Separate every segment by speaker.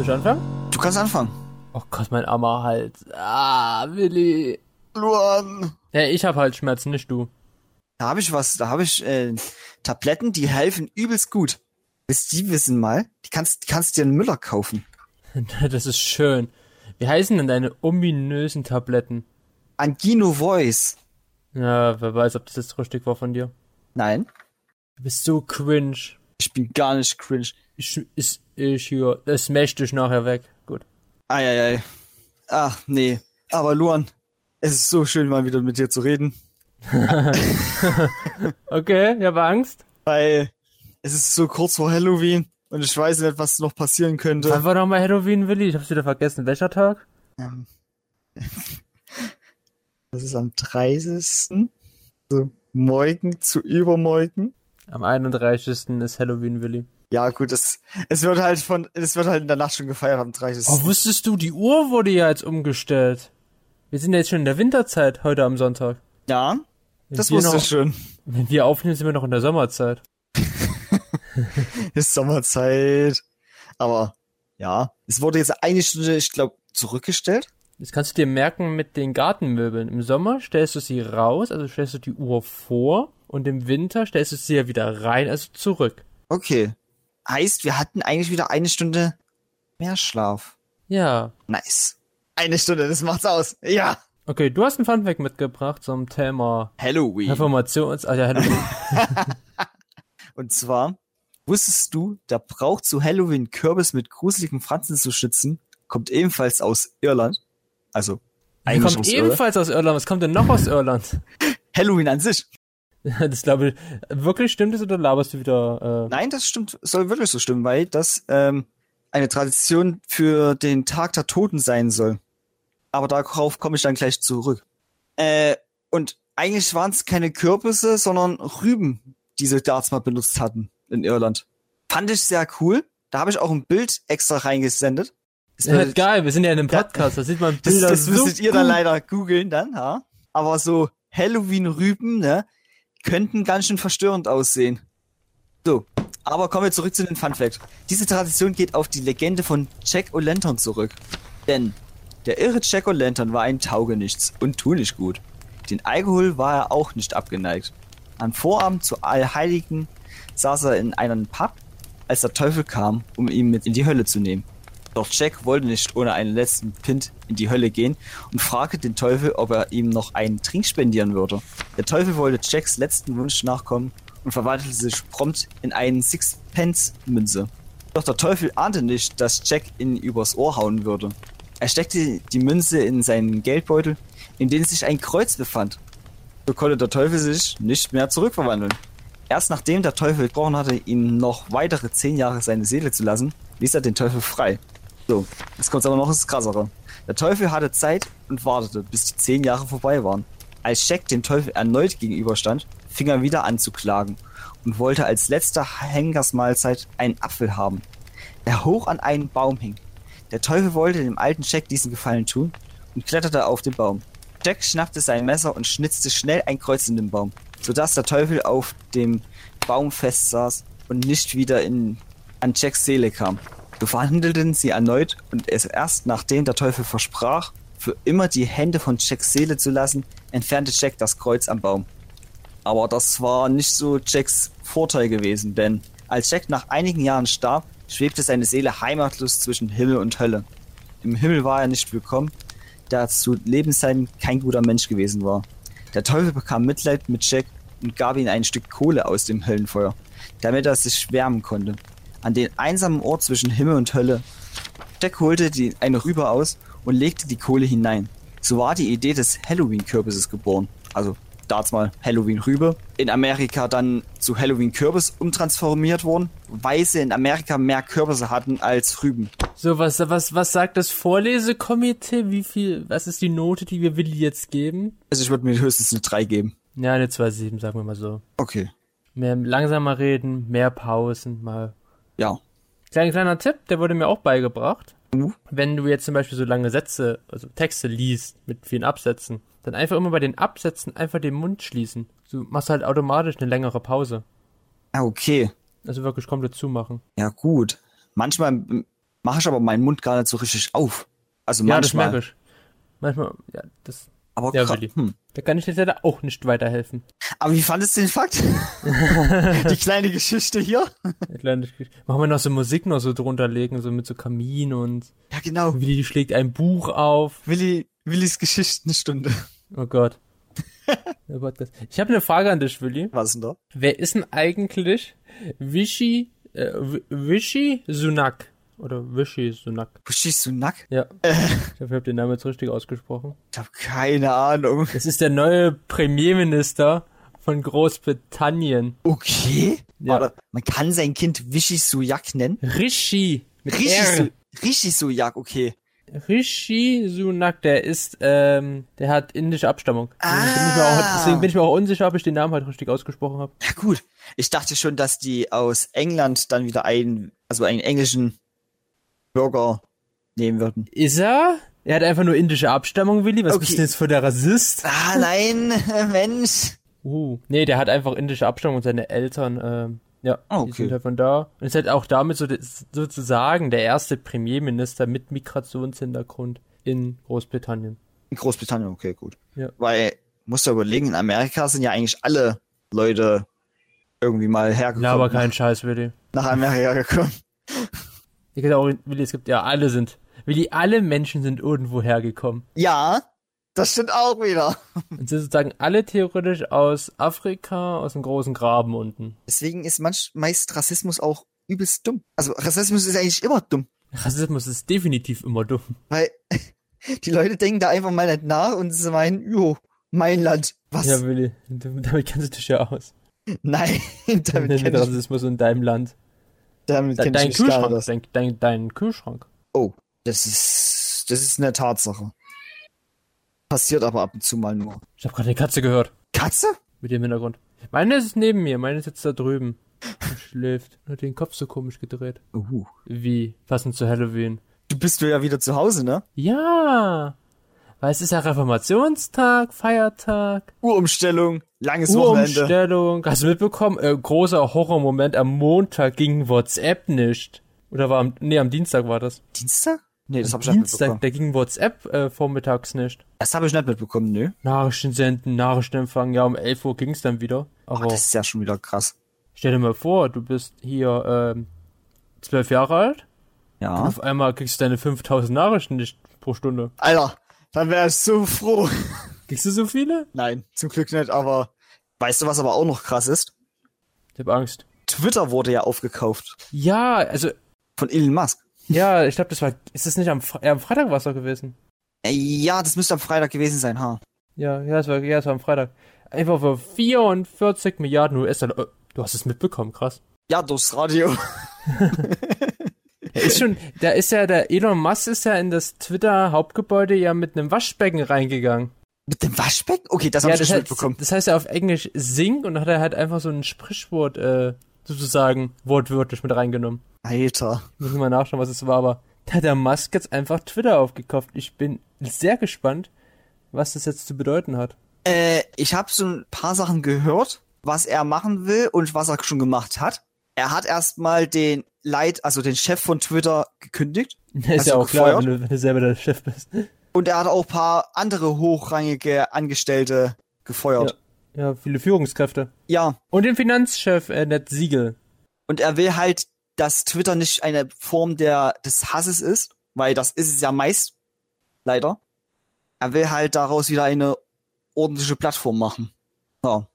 Speaker 1: ich anfangen?
Speaker 2: Du kannst anfangen.
Speaker 1: Oh Gott, mein armer Hals. Ah, Willi.
Speaker 2: Luan.
Speaker 1: Ja, ich hab Halsschmerzen, nicht du.
Speaker 2: Da habe ich was, da habe ich äh, Tabletten, die helfen übelst gut. Willst die wissen mal? Die kannst, die kannst dir einen Müller kaufen.
Speaker 1: Das ist schön. Wie heißen denn deine ominösen Tabletten?
Speaker 2: Angino Voice.
Speaker 1: Ja, wer weiß, ob das jetzt richtig war von dir.
Speaker 2: Nein,
Speaker 1: Du bist so cringe.
Speaker 2: ich bin gar nicht cringe.
Speaker 1: Ich, ich, ich hier, das smash dich nachher weg. Gut.
Speaker 2: Eieiei. Ach, nee. Aber Luan, es ist so schön, mal wieder mit dir zu reden.
Speaker 1: Okay, ich habe Angst.
Speaker 2: Weil es ist so kurz vor Halloween und ich weiß nicht, was noch passieren könnte.
Speaker 1: Wann war nochmal Halloween, Willi? Ich hab's wieder vergessen. Welcher Tag?
Speaker 2: Ähm, Das ist am 30. So morgen zu übermorgen.
Speaker 1: Am 31. ist Halloween, Willi.
Speaker 2: Ja, gut, es, es wird halt von, es wird halt in der Nacht schon gefeiert am 30.
Speaker 1: Oh, wusstest du, die Uhr wurde ja jetzt umgestellt. Wir sind ja jetzt schon in der Winterzeit heute am Sonntag.
Speaker 2: ja,
Speaker 1: Wenn
Speaker 2: das
Speaker 1: wir
Speaker 2: wusste
Speaker 1: noch,
Speaker 2: ich schon.
Speaker 1: Wenn wir aufnehmen, sind wir noch in der Sommerzeit.
Speaker 2: ist Sommerzeit. Aber ja, es wurde jetzt eine Stunde, ich glaube, zurückgestellt.
Speaker 1: Das kannst du dir merken mit den Gartenmöbeln. Im Sommer stellst du sie raus, also stellst du die Uhr vor. Und im Winter stellst du sie ja wieder rein, also zurück.
Speaker 2: Okay. Heißt, wir hatten eigentlich wieder eine Stunde mehr Schlaf.
Speaker 1: Ja.
Speaker 2: Nice. Eine Stunde, das macht's aus. Ja.
Speaker 1: Okay, du hast einen Funfact mitgebracht zum Thema
Speaker 2: Halloween.
Speaker 1: Reformations... Ah, ja, Halloween.
Speaker 2: Und zwar, wusstest du, der Brauch zu Halloween Kürbis mit gruseligen Franzen zu schützen, kommt ebenfalls aus Irland. Also,
Speaker 1: Die
Speaker 2: eigentlich
Speaker 1: kommt
Speaker 2: aus Irland.
Speaker 1: ebenfalls aus Irland. Was kommt denn noch aus Irland?
Speaker 2: Halloween an sich.
Speaker 1: Das glaube ich... Wirklich stimmt das oder laberst du wieder... Äh,
Speaker 2: Nein, das stimmt, soll wirklich so stimmen, weil das ähm, eine Tradition für den Tag der Toten sein soll. Aber darauf komme ich dann gleich zurück. Äh, und eigentlich waren es keine Kürbisse, sondern Rüben, die sie damals mal benutzt hatten in Irland. Fand ich sehr cool. Da habe ich auch ein Bild extra reingesendet. Das,
Speaker 1: äh,
Speaker 2: werdet-
Speaker 1: geil, wir sind ja in einem Podcast. Da sieht man
Speaker 2: das,
Speaker 1: Bilder
Speaker 2: das
Speaker 1: so
Speaker 2: müsstet ihr dann
Speaker 1: gut.
Speaker 2: leider googeln dann, ja. Aber so Halloween-Rüben, ne, könnten ganz schön verstörend aussehen. So, aber kommen wir zurück zu den Fun Fact. Diese Tradition geht auf die Legende von Jack O'Lantern zurück. Denn der irre Jack O'Lantern war ein Taugenichts und tunisch gut. Den Alkohol war er auch nicht abgeneigt. Am Vorabend zu Allheiligen saß er in einem Pub, als der Teufel kam, um ihn mit in die Hölle zu nehmen. Doch Jack wollte nicht ohne einen letzten Pint in die Hölle gehen und fragte den Teufel, ob er ihm noch einen Trink spendieren würde. Der Teufel wollte Jacks letzten Wunsch nachkommen und verwandelte sich prompt in einen Sixpence-Münze. Doch der Teufel ahnte nicht, dass Jack ihn übers Ohr hauen würde. Er steckte die Münze in seinen Geldbeutel, in dem sich ein Kreuz befand. So konnte der Teufel sich nicht mehr zurückverwandeln. Erst nachdem der Teufel gebrochen hatte, ihm noch weitere zehn Jahre seine Seele zu lassen, ließ er den Teufel frei. So, jetzt kommt aber noch das Krassere. Der Teufel hatte Zeit und wartete, bis die zehn Jahre vorbei waren. Als Jack dem Teufel erneut gegenüberstand, fing er wieder an zu klagen und wollte als letzter Henkersmahlzeit einen Apfel haben, der hoch an einen Baum hing. Der Teufel wollte dem alten Jack diesen Gefallen tun und kletterte auf den Baum. Jack schnappte sein Messer und schnitzte schnell ein Kreuz in den Baum, sodass der Teufel auf dem Baum festsaß und nicht wieder in, an Jacks Seele kam. So verhandelten sie erneut und es erst nachdem der Teufel versprach, für immer die Hände von Jacks Seele zu lassen, entfernte Jack das Kreuz am Baum. Aber das war nicht so Jacks Vorteil gewesen, denn als Jack nach einigen Jahren starb, schwebte seine Seele heimatlos zwischen Himmel und Hölle. Im Himmel war er nicht willkommen, da er zu Lebenszeiten kein guter Mensch gewesen war. Der Teufel bekam Mitleid mit Jack und gab ihm ein Stück Kohle aus dem Höllenfeuer, damit er sich wärmen konnte. An den einsamen Ort zwischen Himmel und Hölle. Jack holte die, eine Rübe aus und legte die Kohle hinein. So war die Idee des Halloween-Kürbisses geboren. Also damals mal Halloween-Rübe. In Amerika dann zu Halloween-Kürbis umtransformiert worden. Weiße in Amerika mehr Kürbisse hatten als Rüben.
Speaker 1: So, was, was, was sagt das Vorlesekomitee? Wie viel, was ist die Note, die wir Willi jetzt geben?
Speaker 2: Also ich würde mir höchstens eine 3 geben.
Speaker 1: Ja, eine 2,7, sagen wir mal so.
Speaker 2: Okay.
Speaker 1: Mehr langsamer reden, mehr Pausen, mal.
Speaker 2: Ja. Uh,
Speaker 1: Kleiner, kleiner Tipp, der wurde mir auch beigebracht. Wenn du jetzt zum Beispiel so lange Sätze, also Texte liest mit vielen Absätzen, dann einfach immer bei den Absätzen einfach den Mund schließen. Du machst halt automatisch eine längere Pause.
Speaker 2: Ah, okay.
Speaker 1: Also wirklich komplett zumachen.
Speaker 2: Ja, gut. Manchmal, mache ich aber meinen Mund gar nicht so richtig auf. Also
Speaker 1: Ja, das
Speaker 2: manchmal.
Speaker 1: merke ich. Manchmal, ja, das,
Speaker 2: Aber,
Speaker 1: Ja,
Speaker 2: gra-
Speaker 1: Willi.
Speaker 2: hm.
Speaker 1: da kann ich dir leider auch nicht weiterhelfen.
Speaker 2: aber wie fandest du den Fakt? Die kleine Geschichte hier?
Speaker 1: Ich lerne nicht richtig- Machen wir noch so Musik noch so drunter legen, so mit so Kamin und
Speaker 2: Ja, genau.
Speaker 1: Willi die schlägt ein Buch auf.
Speaker 2: Willi, Willis Geschichtenstunde.
Speaker 1: Oh Gott. Der Podcast. Ich habe eine Frage an dich, Willi.
Speaker 2: Was denn da?
Speaker 1: Wer ist denn eigentlich Vichy, äh, Vi- Vichy Sunak? Oder Vichy Sunak?
Speaker 2: Bushi Sunak?
Speaker 1: Ja. Ich hoffe, ich habe den Namen jetzt richtig ausgesprochen.
Speaker 2: Ich habe keine Ahnung.
Speaker 1: Das ist der neue Premierminister von Großbritannien.
Speaker 2: Okay.
Speaker 1: Ja.
Speaker 2: Warte, man kann sein Kind Vichy Sunak nennen.
Speaker 1: Rishi. Mit
Speaker 2: Rishi
Speaker 1: R.
Speaker 2: Su- Rishi Sunak, okay.
Speaker 1: Rishi Sunak, der ist, ähm, der hat indische Abstammung. Deswegen bin ich mir
Speaker 2: Ah.
Speaker 1: auch, deswegen bin ich mir auch unsicher, ob ich den Namen halt richtig ausgesprochen habe.
Speaker 2: Ja, gut. Ich dachte schon, dass die aus England dann wieder einen, also einen englischen Bürger nehmen würden.
Speaker 1: Ist er? Er hat einfach nur indische Abstammung, Willi. Was
Speaker 2: Okay.
Speaker 1: bist du denn jetzt für der Rassist?
Speaker 2: Ah, nein, Mensch.
Speaker 1: Uh. Nee, der hat einfach indische Abstammung und seine Eltern, ähm, ja,
Speaker 2: Ah,
Speaker 1: die
Speaker 2: okay.
Speaker 1: sind halt von da. Und ist halt auch damit so, das- sozusagen der erste Premierminister mit Migrationshintergrund in Großbritannien.
Speaker 2: In Großbritannien, okay, gut.
Speaker 1: Ja.
Speaker 2: Weil, musst du überlegen, in Amerika sind ja eigentlich alle Leute irgendwie mal hergekommen.
Speaker 1: Ja, aber kein Scheiß, Willi.
Speaker 2: Nach Amerika gekommen.
Speaker 1: Ich glaube auch, Willi, es gibt, ja, alle sind. Willi, alle Menschen sind irgendwo hergekommen.
Speaker 2: Ja, das stimmt auch wieder.
Speaker 1: Und sind sozusagen alle theoretisch aus Afrika, aus dem großen Graben unten.
Speaker 2: Deswegen ist manch, meist Rassismus auch übelst dumm. Also Rassismus ist eigentlich immer dumm,
Speaker 1: Rassismus ist definitiv immer dumm.
Speaker 2: weil die Leute denken da einfach mal nicht nach und sie meinen, jo, mein Land. Was?
Speaker 1: Ja, Willi, du- damit kennst du dich ja aus.
Speaker 2: Nein, damit
Speaker 1: Mit
Speaker 2: kenne ich,
Speaker 1: Rassismus in deinem Land.
Speaker 2: damit
Speaker 1: Dein,
Speaker 2: kenn ich
Speaker 1: dein
Speaker 2: mich gar
Speaker 1: Kühlschrank,
Speaker 2: nicht.
Speaker 1: dein, dein, dein Kühlschrank.
Speaker 2: Oh, das ist, das ist eine Tatsache. Passiert aber ab und zu mal nur.
Speaker 1: Ich habe gerade eine Katze gehört.
Speaker 2: Katze?
Speaker 1: Mit dem Hintergrund. Meine ist neben mir, meine sitzt da drüben. Und schläft. Hat den Kopf so komisch gedreht.
Speaker 2: Uh,
Speaker 1: Wie? Passend zu Halloween.
Speaker 2: du bist ja wieder zu Hause, ne?
Speaker 1: Ja! Weil es ist ja Reformationstag, Feiertag,
Speaker 2: Urumstellung, langes Wochenende.
Speaker 1: Umstellung. Hast du mitbekommen? Äh, großer Horrormoment. Am Montag ging WhatsApp nicht. Oder war am, nee, am Dienstag war das.
Speaker 2: Dienstag? Nee, das habe ich nicht
Speaker 1: Dienstag,
Speaker 2: mitbekommen.
Speaker 1: da ging WhatsApp äh, vormittags nicht.
Speaker 2: Das habe ich nicht mitbekommen, nö.
Speaker 1: Nachrichten senden, Nachrichten empfangen. Ja, um 11 Uhr ging's dann wieder.
Speaker 2: Ach,
Speaker 1: Aber
Speaker 2: das ist ja schon wieder krass.
Speaker 1: Stell dir mal vor, du bist hier ähm, zwölf Jahre alt und
Speaker 2: Ja.
Speaker 1: auf einmal kriegst du deine 5000 Nachrichten nicht pro Stunde.
Speaker 2: Alter, dann wäre ich so froh.
Speaker 1: Kriegst du so viele?
Speaker 2: Nein, zum Glück nicht, aber weißt du, was aber auch noch krass ist?
Speaker 1: Ich hab Angst.
Speaker 2: Twitter wurde ja aufgekauft
Speaker 1: Ja, also,
Speaker 2: von Elon Musk.
Speaker 1: ja, ich glaube, das war, ist das nicht am, Fre ja, am Freitag war es doch gewesen?
Speaker 2: Äh, Ja, das müsste am Freitag gewesen sein, ha.
Speaker 1: Ja, ja, es war, ja, es war am Freitag. Einfach für 44 Milliarden US-Dollar. Äh, Du hast es mitbekommen, krass.
Speaker 2: Ja, durchs Radio.
Speaker 1: Er ist schon, da ist ja, der Elon Musk ist ja in das Twitter-Hauptgebäude ja mit einem Waschbecken reingegangen.
Speaker 2: Mit dem Waschbecken? Okay, das habe
Speaker 1: Ja,
Speaker 2: ich
Speaker 1: das
Speaker 2: nicht
Speaker 1: heißt,
Speaker 2: mitbekommen.
Speaker 1: das heißt ja auf Englisch sing und dann hat er halt einfach so ein Sprichwort äh, sozusagen wortwörtlich mit reingenommen.
Speaker 2: Alter.
Speaker 1: Müssen wir mal nachschauen, was es war, aber da hat der Musk jetzt einfach Twitter aufgekauft. Ich bin sehr gespannt, was das jetzt zu bedeuten hat.
Speaker 2: Äh, ich habe so ein paar Sachen gehört, was er machen will und was er schon gemacht hat. Er hat erstmal den Leit, also den Chef von Twitter gekündigt.
Speaker 1: Ist
Speaker 2: Hast
Speaker 1: ja
Speaker 2: du
Speaker 1: auch klar,
Speaker 2: gefeuert?
Speaker 1: wenn du, wenn du selber der Chef bist.
Speaker 2: Und er hat auch ein paar andere hochrangige Angestellte gefeuert.
Speaker 1: Ja, viele Führungskräfte.
Speaker 2: Ja.
Speaker 1: Und den Finanzchef äh, Ned Siegel.
Speaker 2: Und er will halt, dass Twitter nicht eine Form der, des Hasses ist, weil das ist es ja meist, leider. Er will halt daraus wieder eine ordentliche Plattform machen. Ja.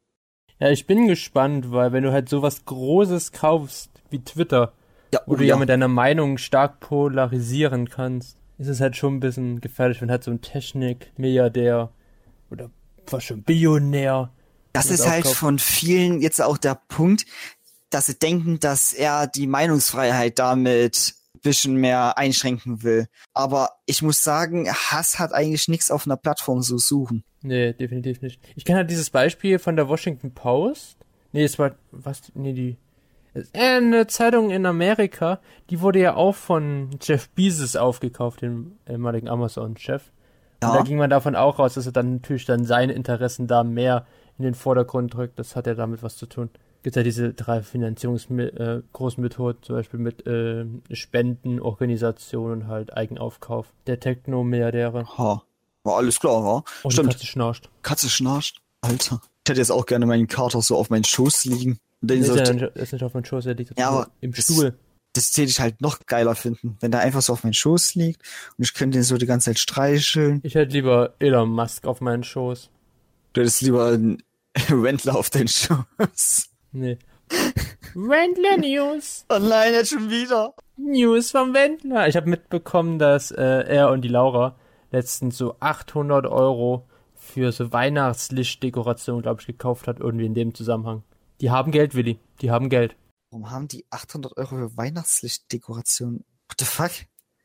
Speaker 1: Ja, ich bin gespannt, weil wenn du halt sowas Großes kaufst wie Twitter,
Speaker 2: Ja,
Speaker 1: wo
Speaker 2: oh,
Speaker 1: du ja
Speaker 2: ja.
Speaker 1: mit deiner Meinung stark polarisieren kannst, ist es halt schon ein bisschen gefährlich, wenn halt so ein Technik-Milliardär oder fast schon Billionär.
Speaker 2: das
Speaker 1: mit
Speaker 2: ist halt
Speaker 1: aufkauft.
Speaker 2: von vielen jetzt auch der Punkt, dass sie denken, dass er die Meinungsfreiheit damit ein bisschen mehr einschränken will. Aber ich muss sagen, Hass hat eigentlich nichts auf einer Plattform zu suchen.
Speaker 1: Nee, definitiv nicht. Ich kenne halt dieses Beispiel von der Washington Post. Nee, es war, was, nee, die, äh, eine Zeitung in Amerika, die wurde ja auch von Jeff Bezos aufgekauft, dem ehemaligen Amazon-Chef. Und
Speaker 2: Ja.
Speaker 1: da ging man davon auch raus, dass er dann natürlich dann seine Interessen da mehr in den Vordergrund drückt. Das hat ja damit was zu tun. gibt ja diese drei Finanzierungsgroßen äh, großen Methoden, zum Beispiel mit äh, Spenden, Organisationen und halt Eigenaufkauf der Techno-Milliardäre.
Speaker 2: Ha. War alles klar, wa?
Speaker 1: Oh, die
Speaker 2: Stimmt.
Speaker 1: Katze schnarcht.
Speaker 2: Katze schnarcht. Alter. Ich hätte jetzt auch gerne meinen Kater so auf meinen Schoß liegen. Und dann
Speaker 1: Ist,
Speaker 2: so,
Speaker 1: ja nicht, ist nicht auf meinem Schoß, er liegt jetzt
Speaker 2: Ja, aber
Speaker 1: im
Speaker 2: das-
Speaker 1: Stuhl.
Speaker 2: das täte ich halt noch geiler finden, wenn der einfach so auf meinen Schoß liegt und ich könnte ihn so die ganze Zeit streicheln.
Speaker 1: Ich hätte lieber Elon Musk auf meinen Schoß.
Speaker 2: Du hättest lieber einen Wendler auf den Schoß.
Speaker 1: Nee. Wendler News.
Speaker 2: Online jetzt schon wieder.
Speaker 1: News vom Wendler. Ich habe mitbekommen, dass äh, er und die Laura letztens so 800 Euro für so Weihnachtslichtdekoration, glaube ich, gekauft hat, irgendwie in dem Zusammenhang. Die haben Geld, Willi. Die haben Geld.
Speaker 2: Warum haben die 800 Euro für Weihnachtslichtdekoration? What the fuck?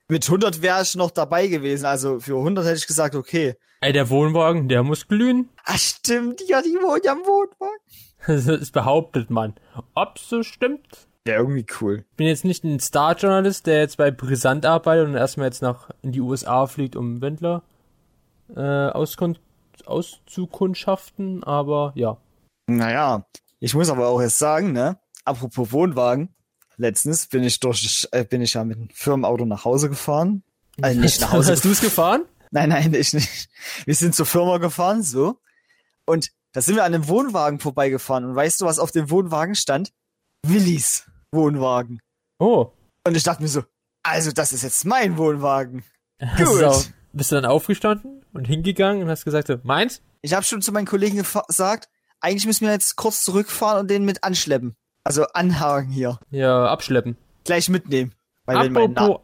Speaker 2: Mit 100 wäre ich noch dabei gewesen. Also für 100 hätte ich gesagt, okay.
Speaker 1: Ey, der Wohnwagen, der muss glühen.
Speaker 2: Ah, stimmt, ja, die wohnt ja am Wohnwagen.
Speaker 1: Das behauptet man. Ob so stimmt?
Speaker 2: Wäre irgendwie cool.
Speaker 1: Ich bin jetzt nicht ein Star-Journalist, der jetzt bei Brisant arbeitet und erstmal jetzt nach in die USA fliegt, um Wendler äh, auskund auszukundschaften, aber ja.
Speaker 2: Naja, ich muss aber auch erst sagen, ne? Apropos Wohnwagen. Letztens bin ich durch, äh, bin ich ja mit einem Firmenauto nach Hause gefahren. Also nicht nach Hause
Speaker 1: Hast du es gefahren?
Speaker 2: Nein, nein, ich nicht. Wir sind zur Firma gefahren, so. Und da sind wir an einem Wohnwagen vorbeigefahren. Und weißt du, was auf dem Wohnwagen stand? Willis Wohnwagen.
Speaker 1: Oh.
Speaker 2: Und ich dachte mir so, also das ist jetzt mein Wohnwagen. Gut.
Speaker 1: So, bist du dann aufgestanden und hingegangen und hast gesagt, so, meins?
Speaker 2: Ich habe schon zu meinen Kollegen gefa- gesagt, eigentlich müssen wir jetzt kurz zurückfahren und den mit anschleppen. Also anhaken hier.
Speaker 1: Ja, abschleppen.
Speaker 2: Gleich mitnehmen. Weil wenn, mein Na
Speaker 1: Apropos-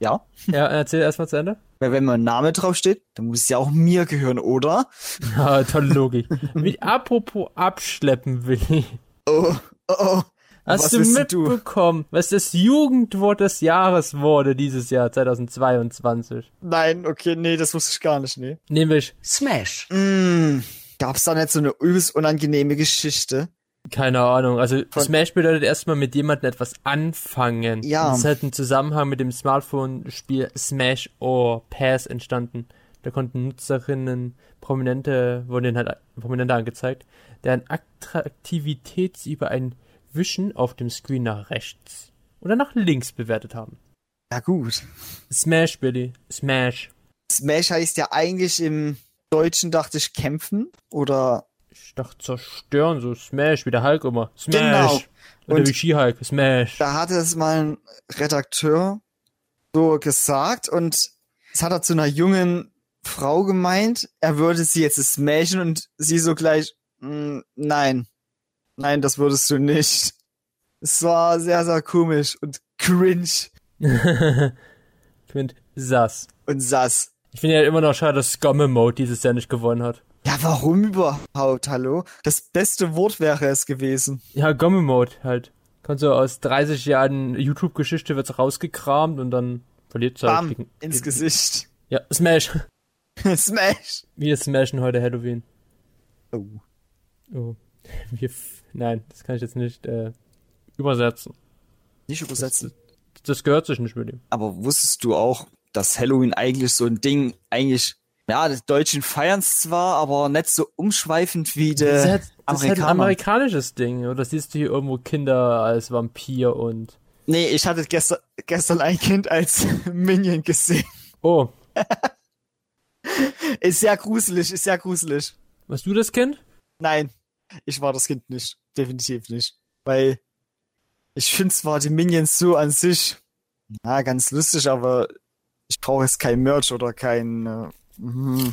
Speaker 2: ja?
Speaker 1: ja, erzähl erstmal zu Ende.
Speaker 2: weil wenn mein Name draufsteht, dann muss es ja auch mir gehören, oder?
Speaker 1: Ah, tolle Logik. Wie, apropos abschleppen, Willi.
Speaker 2: Oh, oh, oh.
Speaker 1: Hast
Speaker 2: Was
Speaker 1: du
Speaker 2: willst denn du?
Speaker 1: mitbekommen, was das Jugendwort des Jahres wurde dieses Jahr, 2022?
Speaker 2: Nein, okay, nee, das wusste ich gar nicht, nee.
Speaker 1: Nämlich,
Speaker 3: Smash.
Speaker 2: Mm, gab's da nicht so eine übelst unangenehme Geschichte?
Speaker 1: keine Ahnung, also
Speaker 2: Von-
Speaker 1: Smash bedeutet erstmal mit jemandem etwas anfangen.
Speaker 2: Ja.
Speaker 1: Das hat einen Zusammenhang mit dem Smartphone-Spiel Smash or Pass entstanden. Da konnten Nutzerinnen, Prominente, wurden denen halt Prominente angezeigt, deren Attraktivität sie über ein Wischen auf dem Screen nach rechts oder nach links bewertet haben.
Speaker 2: Ja gut.
Speaker 1: Smash, Billy. Smash.
Speaker 2: Smash heißt ja eigentlich im Deutschen, dachte ich, kämpfen oder
Speaker 1: Ich dachte, zerstören, so Smash, wie der Hulk immer. Smash.
Speaker 2: Genau.
Speaker 1: Oder
Speaker 2: Und-
Speaker 1: wie She-Hulk, Smash.
Speaker 2: da hatte es mal ein Redakteur so gesagt und es hat er zu einer jungen Frau gemeint, er würde sie jetzt smashen und sie so gleich, mm, nein, nein, das würdest du nicht. Es war sehr, sehr komisch und cringe
Speaker 1: Quint Sass.
Speaker 2: und sass.
Speaker 1: Ich finde ja immer noch schade, dass Scum-Mode dieses Jahr nicht gewonnen hat.
Speaker 2: Ja, warum überhaupt? Hallo? Das beste Wort wäre es gewesen.
Speaker 1: Ja, Gomme-Mode halt. Kannst du aus 30 Jahren YouTube-Geschichte wird's rausgekramt und dann verliert's halt.
Speaker 2: Bam,
Speaker 1: gegen-
Speaker 2: ins
Speaker 1: gegen-
Speaker 2: Gesicht.
Speaker 1: Ja, Smash.
Speaker 2: Smash.
Speaker 1: Wir smashen heute Halloween.
Speaker 2: Oh.
Speaker 1: Oh. Wir f Nein, das kann ich jetzt nicht äh, übersetzen.
Speaker 2: Nicht übersetzen.
Speaker 1: Das gehört sich nicht mit ihm.
Speaker 2: Aber wusstest du auch, dass Halloween eigentlich so ein Ding, eigentlich, ja, die Deutschen feiern es zwar, aber nicht so umschweifend wie
Speaker 1: Das ist
Speaker 2: der
Speaker 1: halt, das ist halt ein
Speaker 2: Äh, Amerikaner.
Speaker 1: amerikanisches Ding. Oder siehst du hier irgendwo Kinder als Vampir und.
Speaker 2: nee, ich hatte gestern, gestern ein Kind als Minion gesehen.
Speaker 1: Oh,
Speaker 2: Ist sehr gruselig, ist sehr gruselig.
Speaker 1: warst du das Kind?
Speaker 2: Nein, ich war das Kind nicht. Definitiv nicht. Weil ich finde zwar die Minions so an sich, na, ganz lustig, aber ich brauche jetzt kein Merch oder kein äh, mhm,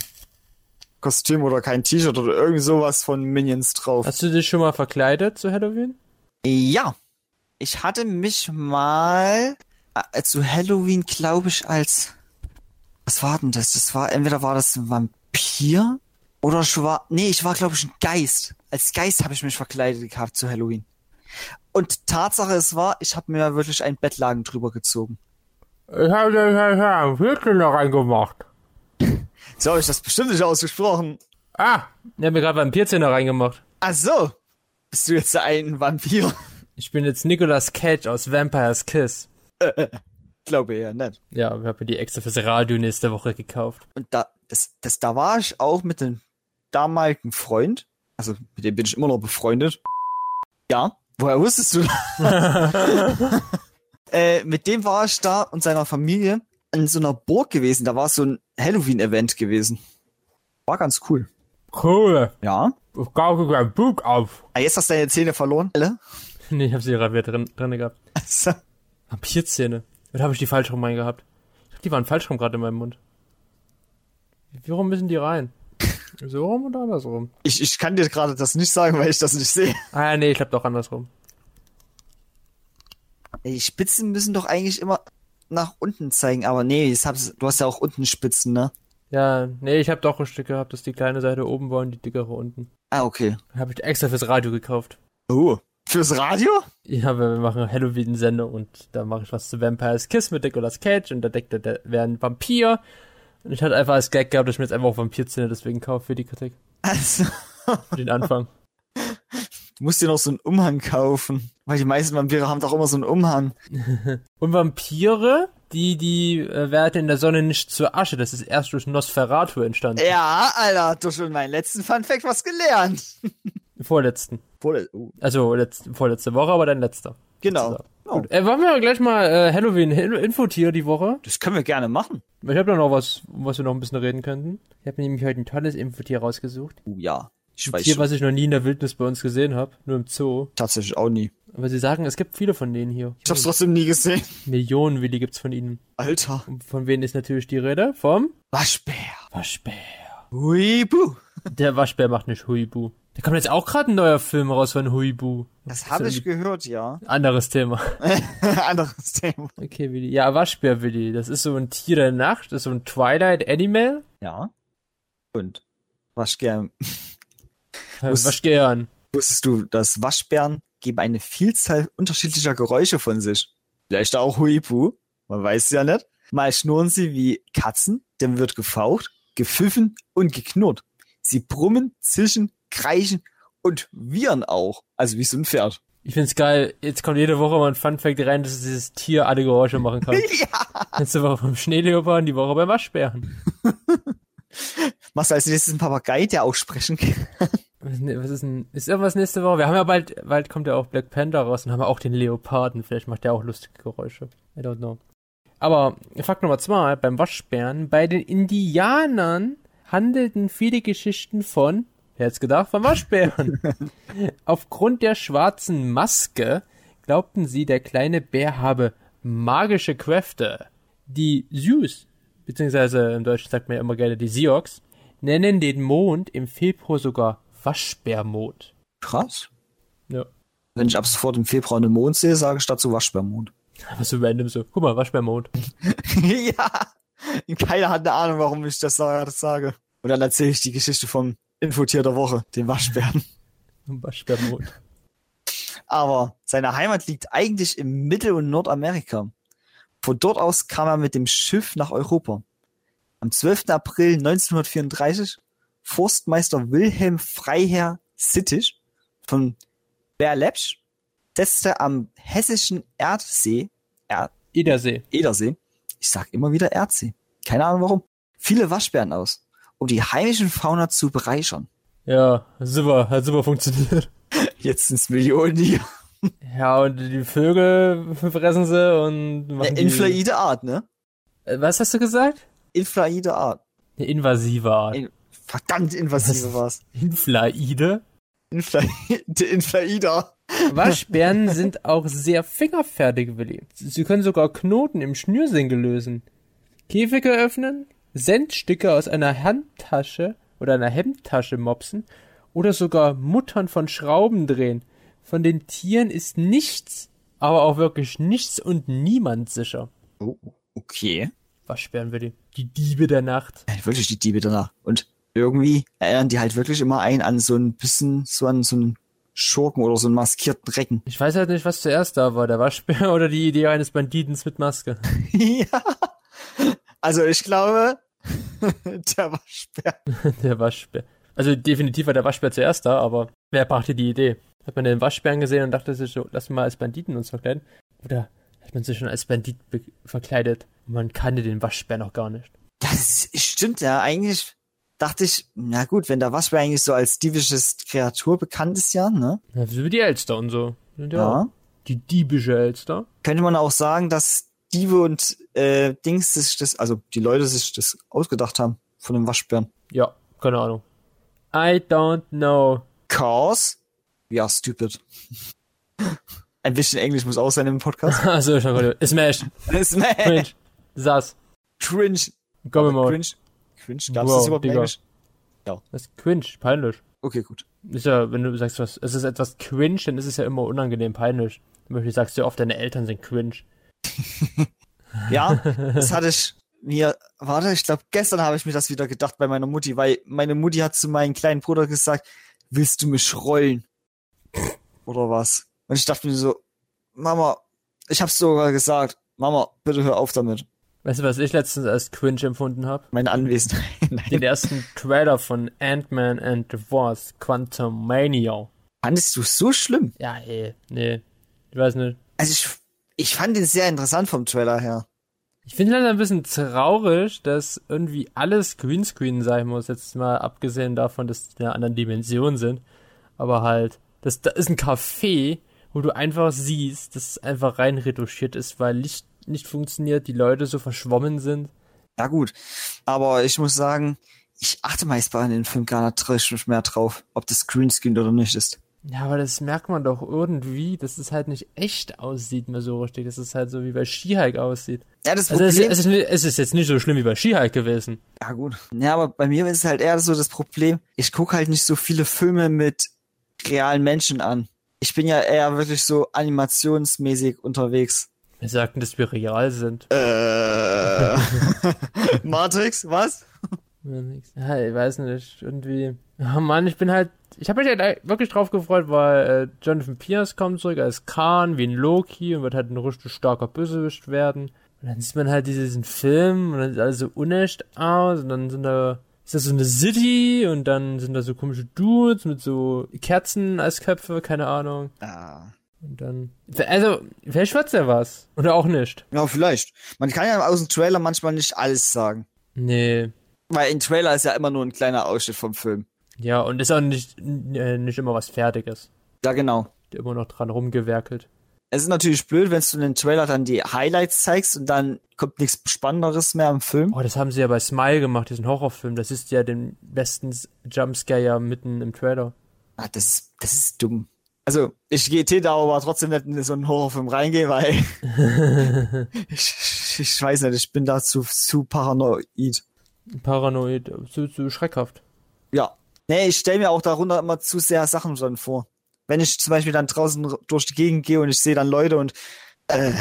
Speaker 2: Kostüm oder kein T-Shirt oder irgend sowas von Minions drauf.
Speaker 1: Hast du dich schon mal verkleidet zu Halloween?
Speaker 2: ja, ich hatte mich mal äh, zu Halloween, glaube ich, als was war denn das? Das war entweder war das ein Vampir oder ich war nee, ich war glaube ich ein Geist. Als Geist habe ich mich verkleidet gehabt zu Halloween. Und Tatsache es war, ich habe mir wirklich ein Bettlaken drüber gezogen.
Speaker 1: Ich habe den Viertel noch reingemacht.
Speaker 2: So habe ich das bestimmt nicht ausgesprochen.
Speaker 1: Ah! Ich habe mir gerade Vampirzähne reingemacht.
Speaker 2: Ach so, bist du jetzt ein Vampir?
Speaker 1: Ich bin jetzt Nicolas Cage aus Vampire's Kiss.
Speaker 2: glaube eher nicht.
Speaker 1: Ja, ich habe mir die extra fürs Radio nächste Woche gekauft.
Speaker 2: und da, das, das, da war ich auch mit einem damaligen Freund, also mit dem bin ich immer noch befreundet. Ja, woher wusstest du das? äh, mit dem war ich da und seiner Familie an so einer Burg gewesen. Da war so ein Halloween-Event gewesen. War ganz cool.
Speaker 1: Cool.
Speaker 2: Ja.
Speaker 1: Ich kaufe kein Buch auf.
Speaker 2: Ah, jetzt hast du deine Zähne verloren, alle.
Speaker 1: Nee, ich hab sie gerade drin, drin gehabt.
Speaker 2: Also,
Speaker 1: Vampirzähne. Oder habe ich die falsch rum reingehabt? Ich glaube, die waren falsch rum gerade in meinem Mund. Wie rum müssen die rein? So rum oder andersrum?
Speaker 2: ich, ich kann dir gerade das nicht sagen, weil ich das nicht sehe.
Speaker 1: Ah, ja, nee, ich glaube doch andersrum.
Speaker 2: Die Spitzen müssen doch eigentlich immer nach unten zeigen, aber nee, das hab's, du hast ja auch unten Spitzen, ne?
Speaker 1: Ja, nee, ich habe doch ein Stück gehabt, dass die kleine Seite oben war und die dickere unten.
Speaker 2: Ah, okay.
Speaker 1: Habe ich extra fürs Radio gekauft.
Speaker 2: Oh. Fürs Radio?
Speaker 1: Ja, wir wir machen eine Halloween-Sendung und da mache ich was zu Vampires Kiss mit Nicolas Cage und da deckt er, der wäre ein Vampir. Und ich hatte einfach als Gag gehabt, dass ich mir jetzt einfach auch Vampirzähne deswegen kaufe für die Kritik.
Speaker 2: Also,
Speaker 1: Für den Anfang.
Speaker 2: du musst dir noch so einen Umhang kaufen. Weil die meisten Vampire haben doch immer so einen Umhang.
Speaker 1: Und Vampire, die die äh, Werte in der Sonne nicht zur Asche, das ist erst durch Nosferatu entstanden.
Speaker 2: Ja, Alter, du hast schon meinen letzten Funfact was gelernt.
Speaker 1: Vorletzten.
Speaker 2: Voll, oh,
Speaker 1: Also letzt, vorletzte Woche, aber dein letzter.
Speaker 2: genau. Oh,
Speaker 1: Äh, wollen wir gleich mal äh, Halloween-Infotier die Woche?
Speaker 2: das können wir gerne machen.
Speaker 1: Ich habe da noch was, um was wir noch ein bisschen reden könnten. Ich habe nämlich heute ein tolles Infotier rausgesucht.
Speaker 2: Oh ja. Ich
Speaker 1: Ein
Speaker 2: weiß
Speaker 1: Tier,
Speaker 2: schon,
Speaker 1: was ich noch nie in der Wildnis bei uns gesehen habe, nur im Zoo.
Speaker 2: tatsächlich auch nie.
Speaker 1: Aber sie sagen, es gibt viele von denen hier.
Speaker 2: Ich hab's trotzdem nie gesehen.
Speaker 1: Millionen Willi gibt's von ihnen.
Speaker 2: Alter.
Speaker 1: Und von wem ist natürlich die Rede? Vom
Speaker 2: Waschbär.
Speaker 1: Waschbär.
Speaker 2: Huibu.
Speaker 1: Der Waschbär macht nicht Huibu. Da kommt jetzt auch gerade ein neuer Film raus von Huibu.
Speaker 2: Das habe ich gehört, ja.
Speaker 1: Anderes Thema.
Speaker 2: Anderes Thema.
Speaker 1: Okay, Willi. Ja, Waschbär, Willi. Das ist so ein Tier der Nacht. Das ist so ein Twilight Animal.
Speaker 2: Ja. Und Waschbär
Speaker 1: Äh,
Speaker 2: Muss-
Speaker 1: Waschgern.
Speaker 2: Wusstest du, dass Waschbären geben eine Vielzahl unterschiedlicher Geräusche von sich? Vielleicht auch Huipu, man weiß ja nicht. Mal schnurren sie wie Katzen, dann wird gefaucht, gepfiffen und geknurrt. Sie brummen, zischen, kreischen und wiehern auch. Also wie so ein Pferd.
Speaker 1: Ich find's geil. Jetzt kommt jede Woche mal ein Fun Fact rein, dass dieses Tier alle Geräusche machen kann.
Speaker 2: Ja.
Speaker 1: Letzte Woche vom Schneeleoparden, die Woche beim Waschbären.
Speaker 2: Machst du als nächstes einen Papagei, der auch sprechen kann?
Speaker 1: Was ist denn- was ist denn, ist irgendwas nächste Woche? Wir haben ja bald, bald kommt ja auch Black Panther raus und haben ja auch den Leoparden. Vielleicht macht der auch lustige Geräusche. I don't know. Aber Fakt Nummer zwei, beim Waschbären, bei den Indianern handelten viele Geschichten von, wer hätte gedacht, von Waschbären. Aufgrund der schwarzen Maske glaubten sie, der kleine Bär habe magische Kräfte. Die Zeus, beziehungsweise im Deutschen sagt man ja immer gerne die Siox, nennen den Mond im Februar sogar Waschbärmond.
Speaker 2: Krass.
Speaker 1: Ja.
Speaker 2: Wenn ich ab sofort im Februar einen Mond sehe, sage ich dazu Waschbärmond.
Speaker 1: Was so random so. Guck mal, Waschbärmond.
Speaker 2: ja. Keiner hat eine Ahnung, warum ich das sa- das sage. Und dann erzähle ich die Geschichte vom Infotier der Woche, den Waschbären.
Speaker 1: Waschbärmond.
Speaker 2: Aber seine Heimat liegt eigentlich im Mittel- und Nordamerika. Von dort aus kam er mit dem Schiff nach Europa. Am 12. April 1934 Forstmeister Wilhelm Freiherr Sittich von Berlepsch setzte am hessischen Erdsee
Speaker 1: Edersee.
Speaker 2: Edersee. Ich sag immer wieder Erdsee. Keine Ahnung warum. Viele Waschbären aus, um die heimischen Fauna zu bereichern.
Speaker 1: Ja, super, hat super funktioniert.
Speaker 2: Jetzt sind's Millionen hier.
Speaker 1: Ja, und die Vögel fressen sie und machen
Speaker 2: Eine
Speaker 1: die,
Speaker 2: inflaide Art, ne?
Speaker 1: Äh, Was hast du gesagt?
Speaker 2: Inflaide Art.
Speaker 1: Eine invasive Art.
Speaker 2: In- Verdammt invasive war's.
Speaker 1: Inflaide.
Speaker 2: Infla Inflaida.
Speaker 1: Waschbären sind auch sehr fingerfertig, Willi. Sie können sogar Knoten im Schnürsenkel lösen. Käfige öffnen, Sendstücke aus einer Handtasche oder einer Hemdtasche mopsen oder sogar Muttern von Schrauben drehen. Von den Tieren ist nichts, aber auch wirklich nichts und niemand sicher.
Speaker 2: Oh, okay.
Speaker 1: Waschbären, Willi. Die Diebe der Nacht.
Speaker 2: Halt wirklich die Diebe danach. Und irgendwie erinnern die halt wirklich immer einen an so ein bisschen, so an so einen Schurken oder so einen maskierten Recken.
Speaker 1: Ich weiß halt nicht, was zuerst da war, der Waschbär oder die Idee eines Banditens mit Maske.
Speaker 2: ja. Also ich glaube, der Waschbär.
Speaker 1: Der Waschbär. Also definitiv war der Waschbär zuerst da, aber wer brachte die Idee? Hat man den Waschbären gesehen und dachte sich so, lass mal als Banditen uns verkleiden? Oder hat man sich schon als Bandit be- verkleidet? Man kannte den Waschbär noch gar nicht.
Speaker 2: Das stimmt ja eigentlich. dachte ich, na gut, wenn der Waschbär eigentlich so als diebisches Kreatur bekannt ist, ja, ne?
Speaker 1: Ja, so wie die Elster und so. Sind ja. auch Die diebische Elster.
Speaker 2: Könnte man auch sagen, dass Diebe und äh, Dings sich das, also die Leute sich das ausgedacht haben von den Waschbären.
Speaker 1: Ja, keine Ahnung. I don't know.
Speaker 2: Cause? Ja, stupid. Ein bisschen Englisch muss auch sein im Podcast.
Speaker 1: Also, schon gut. Smash.
Speaker 2: Cringe.
Speaker 1: Cringe. Sass.
Speaker 2: Cringe.
Speaker 1: Gomme Mode.
Speaker 2: Also Cringe. Cringe. Gab's
Speaker 1: Wow,
Speaker 2: das überhaupt in
Speaker 1: Digga.
Speaker 2: Englisch?
Speaker 1: Das ist cringe. Peinlich.
Speaker 2: Okay, gut.
Speaker 1: Ist ja, wenn du sagst, was, es ist etwas cringe, dann ist es ja immer unangenehm peinlich. Zum Beispiel sagst du ja oft, deine Eltern sind cringe.
Speaker 2: Ja, das hatte ich mir, warte, ich glaube, gestern habe ich mir das wieder gedacht bei meiner Mutti, weil meine Mutti hat zu meinem kleinen Bruder gesagt, willst du mich rollen? Oder was? Und ich dachte mir so, Mama, ich hab's sogar gesagt, Mama, bitte hör auf damit.
Speaker 1: Weißt du, was ich letztens als cringe empfunden habe?
Speaker 2: Meine Anwesenheit. Nein.
Speaker 1: Den ersten Trailer von Ant-Man and the Wasp, Quantum Mania.
Speaker 2: Fandest du so schlimm?
Speaker 1: Ja, ey. Nee. Ich weiß nicht.
Speaker 2: Also ich, ich fand ihn sehr interessant vom Trailer her.
Speaker 1: Ich finde leider ein bisschen traurig, dass irgendwie alles Greenscreen sein muss. Jetzt mal abgesehen davon, dass die in einer anderen Dimension sind. Aber halt, das, da ist ein Café, wo du einfach siehst, dass es einfach rein retuschiert ist, weil Licht nicht funktioniert, die Leute so verschwommen sind.
Speaker 2: Ja gut, aber ich muss sagen, ich achte meist bei den Film gar nicht richtig mehr drauf, ob das Greenscreen oder nicht ist.
Speaker 1: Ja, aber das merkt man doch irgendwie, dass es halt nicht echt aussieht mehr so richtig. dass es halt so wie bei Skihike aussieht.
Speaker 2: Ja, das
Speaker 1: Also
Speaker 2: Problem,
Speaker 1: es, es, ist, es ist jetzt nicht so schlimm wie bei Skihike gewesen.
Speaker 2: ja gut. Ja, aber bei mir ist halt eher so das Problem, ich gucke halt nicht so viele Filme mit realen Menschen an. Ich bin ja eher wirklich so animationsmäßig unterwegs.
Speaker 1: Wir sagten, dass wir real sind.
Speaker 2: Äh. Matrix, was?
Speaker 1: Oder nix. Ja, ich weiß nicht, irgendwie. Oh Mann, ich bin halt. Ich habe mich halt wirklich drauf gefreut, weil äh, Jonathan Pierce kommt zurück als Khan, wie ein Loki und wird halt ein richtig starker Bösewicht werden. Und dann sieht man halt diesen Film und dann sieht alles so unecht aus und dann sind da. Ist das so eine City und dann sind da so komische Dudes mit so Kerzen als Köpfe, keine Ahnung.
Speaker 2: Ah.
Speaker 1: Und dann. Also, vielleicht wird's ja was. Oder auch nicht.
Speaker 2: Ja, vielleicht. Man kann ja aus dem Trailer manchmal nicht alles sagen.
Speaker 1: Nee.
Speaker 2: Weil ein Trailer ist ja immer nur ein kleiner Ausschnitt vom Film.
Speaker 1: Ja, und ist auch nicht, äh, nicht immer was Fertiges.
Speaker 2: Ja, genau.
Speaker 1: Immer noch dran rumgewerkelt.
Speaker 2: Es ist natürlich blöd, wenn du in den Trailer dann die Highlights zeigst und dann kommt nichts Spannenderes mehr im Film.
Speaker 1: Oh, das haben sie ja bei Smile gemacht, diesen Horrorfilm. Das ist ja den besten S- Jumpscare ja mitten im Trailer.
Speaker 2: Ah, das ist, das ist dumm. Also, ich gehe Tee da aber trotzdem nicht in so einen Horrorfilm reingehen, weil ich, ich weiß nicht, ich bin da zu, zu paranoid.
Speaker 1: Paranoid, zu, zu schreckhaft.
Speaker 2: Ja. Nee, ich stelle mir auch darunter immer zu sehr Sachen dann vor. Wenn ich zum Beispiel dann draußen r- durch die Gegend gehe und ich sehe dann Leute und äh,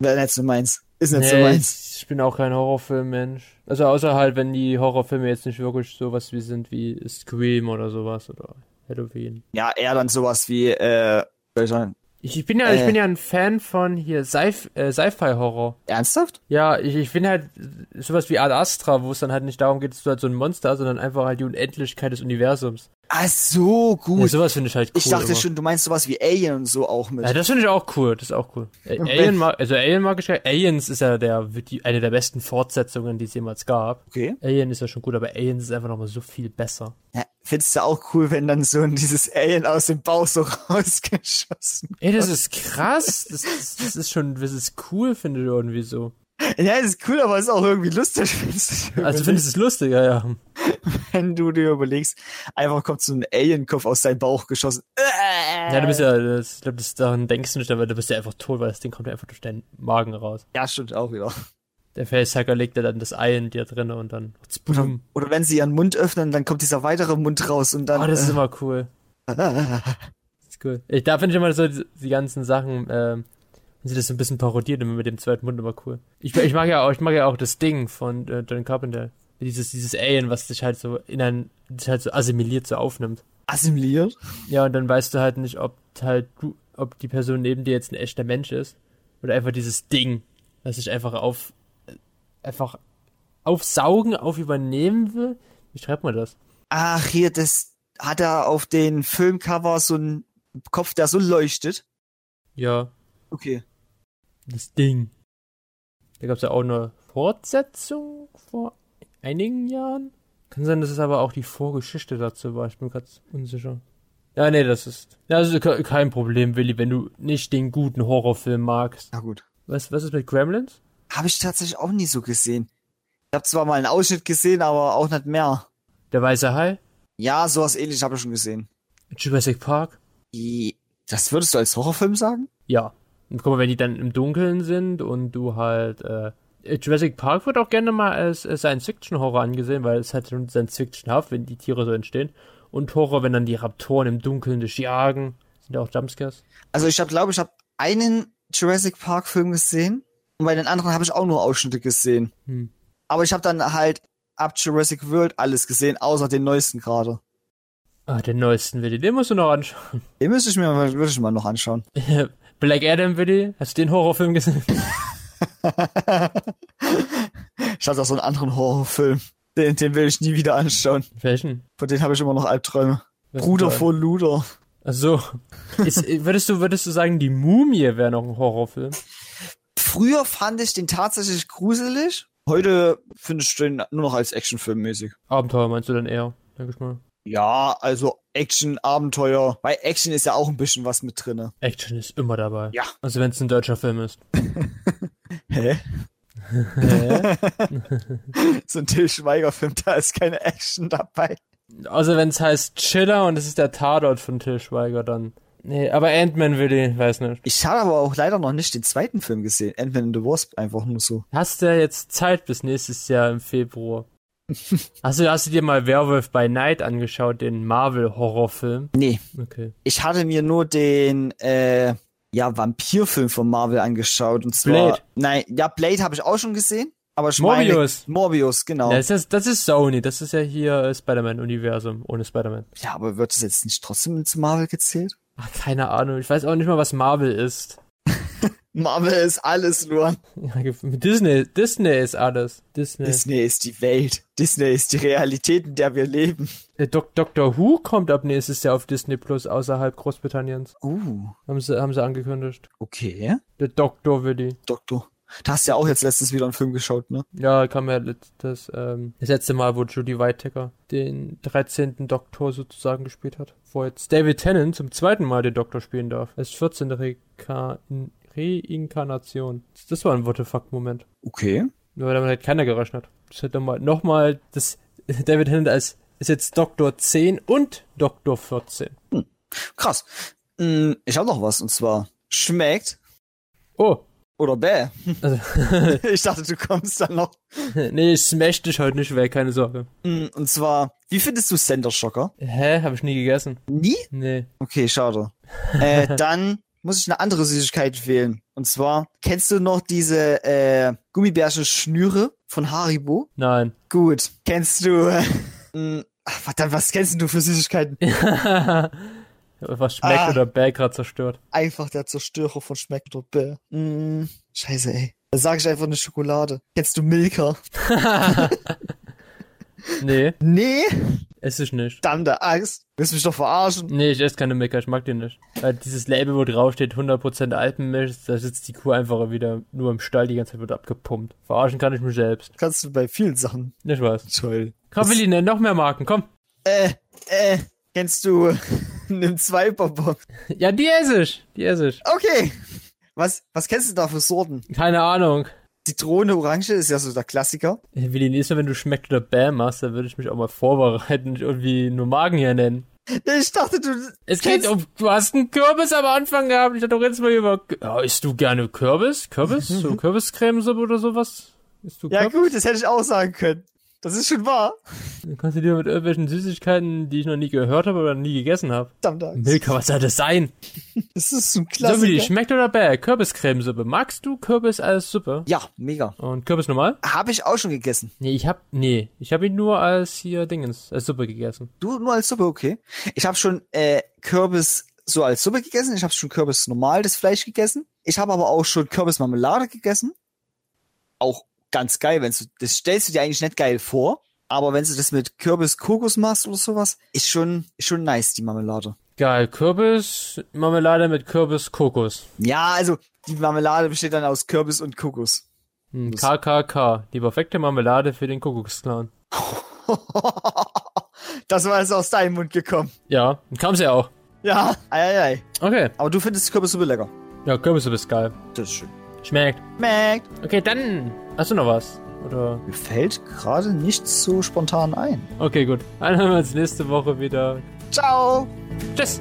Speaker 2: wäre nicht so meins. Ist nicht so
Speaker 1: Nee,
Speaker 2: meins.
Speaker 1: ich bin auch kein Horrorfilm-Mensch. Also außer halt, wenn die Horrorfilme jetzt nicht wirklich sowas wie sind wie Scream oder sowas oder Halloween.
Speaker 2: Ja, eher dann sowas wie, äh, soll ich sagen,
Speaker 1: Ich, ich bin ja, ich
Speaker 2: Äh.
Speaker 1: bin ja ein Fan von hier Sci- äh, Sci-Fi-Horror.
Speaker 2: ernsthaft?
Speaker 1: Ja, ich, ich finde halt sowas wie Ad Astra, wo es dann halt nicht darum geht, dass du halt so ein Monster hast, sondern einfach halt die Unendlichkeit des Universums.
Speaker 2: Ah, so
Speaker 1: Ja,
Speaker 2: gut.
Speaker 1: sowas finde ich halt cool.
Speaker 2: ich dachte
Speaker 1: immer.
Speaker 2: schon, du meinst sowas wie Alien und so auch mit.
Speaker 1: Ja, das finde ich auch cool, das ist auch cool. Ä-
Speaker 2: Und
Speaker 1: Alien
Speaker 2: wenn-
Speaker 1: mag, also Alien mag ich ja. Aliens ist ja der, die, eine der besten Fortsetzungen, die es jemals gab.
Speaker 2: okay.
Speaker 1: Alien ist ja schon gut, aber Aliens ist einfach nochmal so viel besser.
Speaker 2: Ja, findest du auch cool, wenn dann so ein- dieses Alien aus dem Bauch so rausgeschossen.
Speaker 1: Ey, das ist krass. Das, das, das ist schon, das ist cool, finde ich irgendwie so.
Speaker 2: Ja, das ist cool, aber es ist auch irgendwie lustig, findest du,
Speaker 1: Also findest du es lustig, ja, ja.
Speaker 2: wenn du dir überlegst, einfach kommt so ein Alienkopf aus deinem Bauch geschossen.
Speaker 1: Ja, du bist ja, das, ich glaube, das daran denkst du nicht, aber du bist ja einfach tot, weil das Ding kommt ja einfach durch deinen Magen raus.
Speaker 2: Ja, stimmt auch wieder.
Speaker 1: Der Facehacker legt ja dann das Ei in dir drinne und dann.
Speaker 2: Oder,
Speaker 1: Boom.
Speaker 2: oder wenn sie ihren Mund öffnen, dann kommt dieser weitere Mund raus und dann.
Speaker 1: Oh, das ist
Speaker 2: äh,
Speaker 1: immer cool. Das ist cool. Ich, da finde ich immer so die, die ganzen Sachen, ähm, wenn sie das so ein bisschen parodiert, immer mit dem zweiten Mund immer cool. Ich, ich mag ja auch, ich mag ja auch das Ding von äh, John Carpenter. Dieses, dieses Alien, was dich halt so in ein, dich halt so assimiliert so aufnimmt.
Speaker 2: assimiliert.
Speaker 1: Ja, und dann weißt du halt nicht, ob halt du, ob die Person neben dir jetzt ein echter Mensch ist. Oder einfach dieses Ding, das sich einfach auf, äh, einfach aufsaugen, auf übernehmen will. Wie schreibt man das?
Speaker 2: Ach, hier, das hat er auf den Filmcover so einen Kopf, der so leuchtet.
Speaker 1: Ja,
Speaker 2: Okay.
Speaker 1: Das Ding. Da gab es ja auch eine Fortsetzung vor einigen Jahren. Kann sein, dass es aber auch die Vorgeschichte dazu war. Ich bin ganz unsicher. Ja, nee, das ist. Ja, das ist ke- kein Problem, Willi, wenn du nicht den guten Horrorfilm magst.
Speaker 2: Na gut.
Speaker 1: Was, was ist mit Gremlins?
Speaker 2: Habe ich tatsächlich auch nie so gesehen. Ich habe zwar mal einen Ausschnitt gesehen, aber auch nicht mehr.
Speaker 1: Der weiße Hai?
Speaker 2: Ja, sowas ähnlich habe ich schon gesehen.
Speaker 1: Jurassic Park?
Speaker 2: I- Das würdest du als Horrorfilm sagen?
Speaker 1: Ja. Und guck mal, wenn die dann im Dunkeln sind und du halt, äh, Jurassic Park wird auch gerne mal als äh, Science-Fiction-Horror angesehen, weil es halt schon Science-Fiction-haft, wenn die Tiere so entstehen. Und Horror, wenn dann die Raptoren im Dunkeln dich jagen. Sind ja auch Jumpscares.
Speaker 2: Also ich habe, glaube ich, habe einen Jurassic Park Film gesehen und bei den anderen habe ich auch nur Ausschnitte gesehen.
Speaker 1: Hm.
Speaker 2: Aber ich habe dann halt ab Jurassic World alles gesehen, außer den neuesten gerade.
Speaker 1: Ah, den neuesten Willi, den musst du noch anschauen.
Speaker 2: Den müsste ich mir mal- würde ich mal noch anschauen.
Speaker 1: Black Adam, Willi, hast du den Horrorfilm gesehen?
Speaker 2: Ich hatte auch so einen anderen Horrorfilm. Den, den will ich nie wieder anschauen.
Speaker 1: Welchen?
Speaker 2: Von denen habe ich immer noch Albträume.
Speaker 1: Was
Speaker 2: Bruder
Speaker 1: denn?
Speaker 2: von Luder.
Speaker 1: Ach so. Ist, äh, würdest du, würdest du sagen, die Mumie wäre noch ein Horrorfilm?
Speaker 2: Früher fand ich den tatsächlich gruselig. Heute finde ich den nur noch als Actionfilm mäßig.
Speaker 1: Abenteuer meinst du dann eher, denke ich mal.
Speaker 2: Ja, also Action, Abenteuer. Bei Action ist ja auch ein bisschen was mit drinne.
Speaker 1: Action ist immer dabei.
Speaker 2: Ja.
Speaker 1: Also wenn es ein deutscher Film ist.
Speaker 2: Hä?
Speaker 1: Hä?
Speaker 2: So ein Till Schweiger-Film, da ist keine Action dabei.
Speaker 1: also wenn es heißt Chiller und es ist der Tatort von Till Schweiger, dann. Nee, aber Ant-Man Willi, weiß nicht.
Speaker 2: Ich habe aber auch leider noch nicht den zweiten Film gesehen. Ant-Man and the Wasp einfach nur so.
Speaker 1: Hast du ja jetzt Zeit bis nächstes Jahr im Februar? hast, du, hast du dir mal Werewolf by Night angeschaut, den Marvel-Horrorfilm?
Speaker 2: Nee,
Speaker 1: Okay.
Speaker 2: ich hatte mir nur den äh, ja, Vampirfilm von Marvel angeschaut. Und zwar.
Speaker 1: Blade.
Speaker 2: Nein, ja, Blade habe ich auch schon gesehen. Aber ich
Speaker 1: Morbius.
Speaker 2: Meine, Morbius, genau.
Speaker 1: Ja, das, ist, das ist Sony, das ist ja hier äh, Spider-Man-Universum ohne Spider-Man.
Speaker 2: Ja, aber wird das jetzt nicht trotzdem zu Marvel gezählt?
Speaker 1: Ach, keine Ahnung, ich weiß auch nicht mal, was Marvel ist.
Speaker 2: Marvel ist alles, Luan.
Speaker 1: Ja, Disney, Disney ist alles. Disney.
Speaker 2: Disney ist die Welt. Disney ist die Realität, in der wir leben.
Speaker 1: Äh, Doc, Doctor Who kommt ab nächstes Jahr auf Disney Plus außerhalb Großbritanniens.
Speaker 2: Uh,
Speaker 1: Haben sie, haben sie angekündigt.
Speaker 2: okay.
Speaker 1: Der Doktor Willi.
Speaker 2: Doktor. Da hast du ja auch jetzt letztens wieder einen Film geschaut, ne?
Speaker 1: Ja, kam ja letztes, ähm, das letzte Mal, wo Judy Whittaker den 13. Doktor sozusagen gespielt hat. Wo jetzt David Tennant zum zweiten Mal den Doktor spielen darf. Als 14. Reka in- Reinkarnation. Das war ein What the fuck-Moment.
Speaker 2: Okay.
Speaker 1: Nur damit hat keiner gerechnet. Das hätte mal, nochmal, das, David Tennant als, ist jetzt Doktor 10 und Doktor 14.
Speaker 2: Krass. Mm, ich habe noch was, und zwar schmeckt
Speaker 1: Oh,
Speaker 2: oder bäh.
Speaker 1: Also,
Speaker 2: ich dachte, du kommst dann noch.
Speaker 1: nee, ich smash dich heute nicht weg, keine Sorge.
Speaker 2: Mm, und zwar, wie findest du Center Shocker?
Speaker 1: Hä? Hab ich nie gegessen.
Speaker 2: Nie?
Speaker 1: Nee.
Speaker 2: Okay, schade. äh, dann muss ich eine andere Süßigkeit wählen. Und zwar, kennst du noch diese äh, Gummibärchen-Schnüre von Haribo?
Speaker 1: Nein.
Speaker 2: Gut. Kennst du... Äh, mm, ach, verdammt, was kennst denn du für Süßigkeiten?
Speaker 1: Was schmeckt
Speaker 2: Ah.
Speaker 1: oder Bell grad zerstört.
Speaker 2: Einfach der Zerstörer von Schmeckt oder Bäh. Mm, scheiße, ey. Da sag ich einfach eine Schokolade. Kennst du Milka?
Speaker 1: Nee,
Speaker 2: Nee,
Speaker 1: ess ich nicht.
Speaker 2: verdammte Angst. Willst mich doch verarschen?
Speaker 1: Nee, ich esse keine Milka, ich mag die nicht. Weil dieses Label, wo draufsteht 100% Alpenmilch, da sitzt die Kuh einfach wieder nur im Stall, die ganze Zeit wird abgepumpt. Verarschen kann ich mich selbst.
Speaker 2: Kannst du bei vielen Sachen.
Speaker 1: Ich weiß.
Speaker 2: Toll.
Speaker 1: Komm, Willi, nenn noch mehr Marken, komm.
Speaker 2: Äh, äh, kennst du... Nimm zwei Bonbon.
Speaker 1: Ja, die esse ich. Die esse ich.
Speaker 2: Okay. Was, was kennst du da für Sorten?
Speaker 1: Keine Ahnung.
Speaker 2: Zitrone, Orange ist ja so der Klassiker.
Speaker 1: Willi, nächstes Mal, wenn du schmeckt oder Bam machst, dann würde ich mich auch mal vorbereiten und irgendwie nur Magen hier nennen.
Speaker 2: Ich dachte, du.
Speaker 1: Es geht um, du hast einen Kürbis am Anfang gehabt. Ich dachte doch jetzt mal über. Ja, isst du gerne Kürbis? Kürbis? So Kürbiscremesuppe oder sowas? Isst du
Speaker 2: Ja,
Speaker 1: Kürbis?
Speaker 2: gut, das hätte ich auch sagen können. Das ist schon wahr.
Speaker 1: Dann kannst du dir mit irgendwelchen Süßigkeiten, die ich noch nie gehört habe oder nie gegessen habe.
Speaker 2: Verdammt, Angst.
Speaker 1: Milka, was soll das sein?
Speaker 2: Das ist so ein
Speaker 1: So wie die
Speaker 2: Klassiker.
Speaker 1: schmeckt oder bäh? Kürbiscremesuppe. Magst du Kürbis als Suppe?
Speaker 2: Ja, mega.
Speaker 1: Und Kürbis normal?
Speaker 2: Habe ich auch schon gegessen.
Speaker 1: Nee, ich hab, nee, ich hab ihn nur als hier Dingens, als Suppe gegessen.
Speaker 2: Du nur als Suppe, okay. Ich habe schon äh, Kürbis so als Suppe gegessen. Ich habe schon Kürbis normal, das Fleisch gegessen. Ich habe aber auch schon Kürbismarmelade gegessen. Auch ganz geil, wenn du das stellst du dir eigentlich nicht geil vor, aber wenn du das mit Kürbis Kokos machst oder sowas, ist schon ist schon nice die Marmelade.
Speaker 1: Geil, Kürbis, Marmelade mit Kürbis, Kokos.
Speaker 2: Ja, also die Marmelade besteht dann aus Kürbis und Kokos.
Speaker 1: Hm, KKK, die perfekte Marmelade für den Kuckucksclan.
Speaker 2: das war jetzt aus deinem Mund gekommen.
Speaker 1: Ja, kam sie ja auch.
Speaker 2: Ja, ei, ei, ei.
Speaker 1: Okay.
Speaker 2: Aber du findest die Kürbissuppe lecker.
Speaker 1: Ja, Kürbisse ist geil.
Speaker 2: Das ist schön.
Speaker 1: Schmeckt.
Speaker 2: Merkt.
Speaker 1: Okay, dann. Hast du noch was? Oder.
Speaker 2: Mir fällt gerade nichts so spontan ein.
Speaker 1: Okay, gut. Dann hören wir uns nächste Woche wieder.
Speaker 2: Ciao.
Speaker 1: Tschüss.